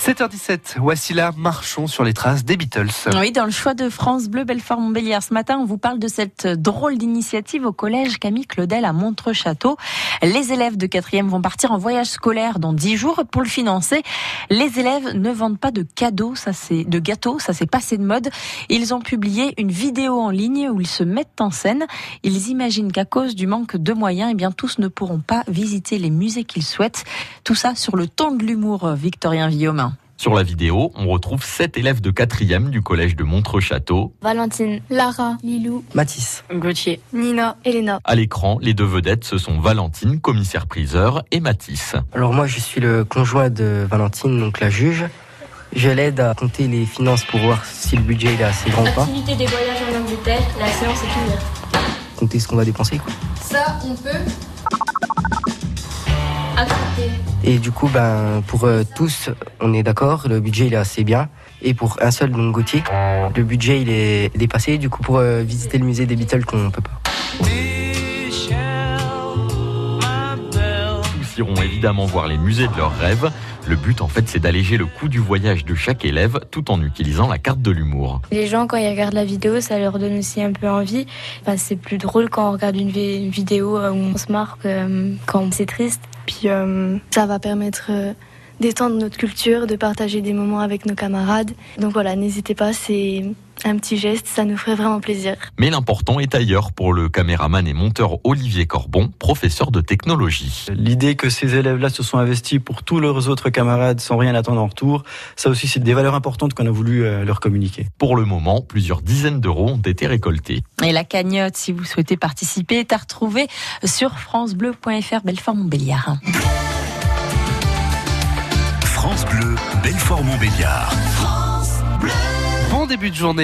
7h17, voici là, marchons sur les traces des Beatles. Oui, dans le choix de France Bleu Belfort Montbéliard ce matin, on vous parle de cette drôle d'initiative au collège Camille Claudel à Montreux-Château. Les élèves de 4e vont partir en voyage scolaire dans 10 jours pour le financer. Les élèves ne vendent pas de cadeaux, ça c'est de gâteaux, ça s'est passé de mode. Ils ont publié une vidéo en ligne où ils se mettent en scène. Ils imaginent qu'à cause du manque de moyens, eh bien tous ne pourront pas visiter les musées qu'ils souhaitent. Tout ça sur le ton de l'humour victorien Guillaume. Sur la vidéo, on retrouve sept élèves de 4e du collège de Montreux-Château. Valentine, Lara, Lilou, Mathis, Gauthier, Nina, Elena. À l'écran, les deux vedettes, ce sont Valentine, commissaire-priseur, et Mathis. Alors moi, je suis le conjoint de Valentine, donc la juge. Je l'aide à compter les finances pour voir si le budget il est assez grand ou pas. Activité des voyages en Angleterre, la séance est ouverte. Compter ce qu'on va dépenser, quoi. Ça, on peut. Accepter. Et du coup, ben, pour euh, tous, on est d'accord, le budget il est assez bien. Et pour un seul, donc Gauthier, le budget il est dépassé. Du coup, pour euh, visiter le musée des Beatles, qu'on peut pas. Tous iront évidemment voir les musées de leurs rêves. Le but, en fait, c'est d'alléger le coût du voyage de chaque élève tout en utilisant la carte de l'humour. Les gens, quand ils regardent la vidéo, ça leur donne aussi un peu envie. Enfin, c'est plus drôle quand on regarde une, vi- une vidéo euh, où on se marque, euh, quand c'est triste. Puis euh, ça va permettre euh, d'étendre notre culture, de partager des moments avec nos camarades. Donc voilà, n'hésitez pas, c'est un petit geste, ça nous ferait vraiment plaisir. Mais l'important est ailleurs pour le caméraman et monteur Olivier Corbon, professeur de technologie. L'idée que ces élèves-là se sont investis pour tous leurs autres camarades sans rien attendre en retour, ça aussi c'est des valeurs importantes qu'on a voulu euh, leur communiquer. Pour le moment, plusieurs dizaines d'euros ont été récoltés. Et la cagnotte, si vous souhaitez participer, est à retrouver sur francebleu.fr Belfort-Montbéliard. France Bleu, Belfort-Montbéliard. Bon début de journée.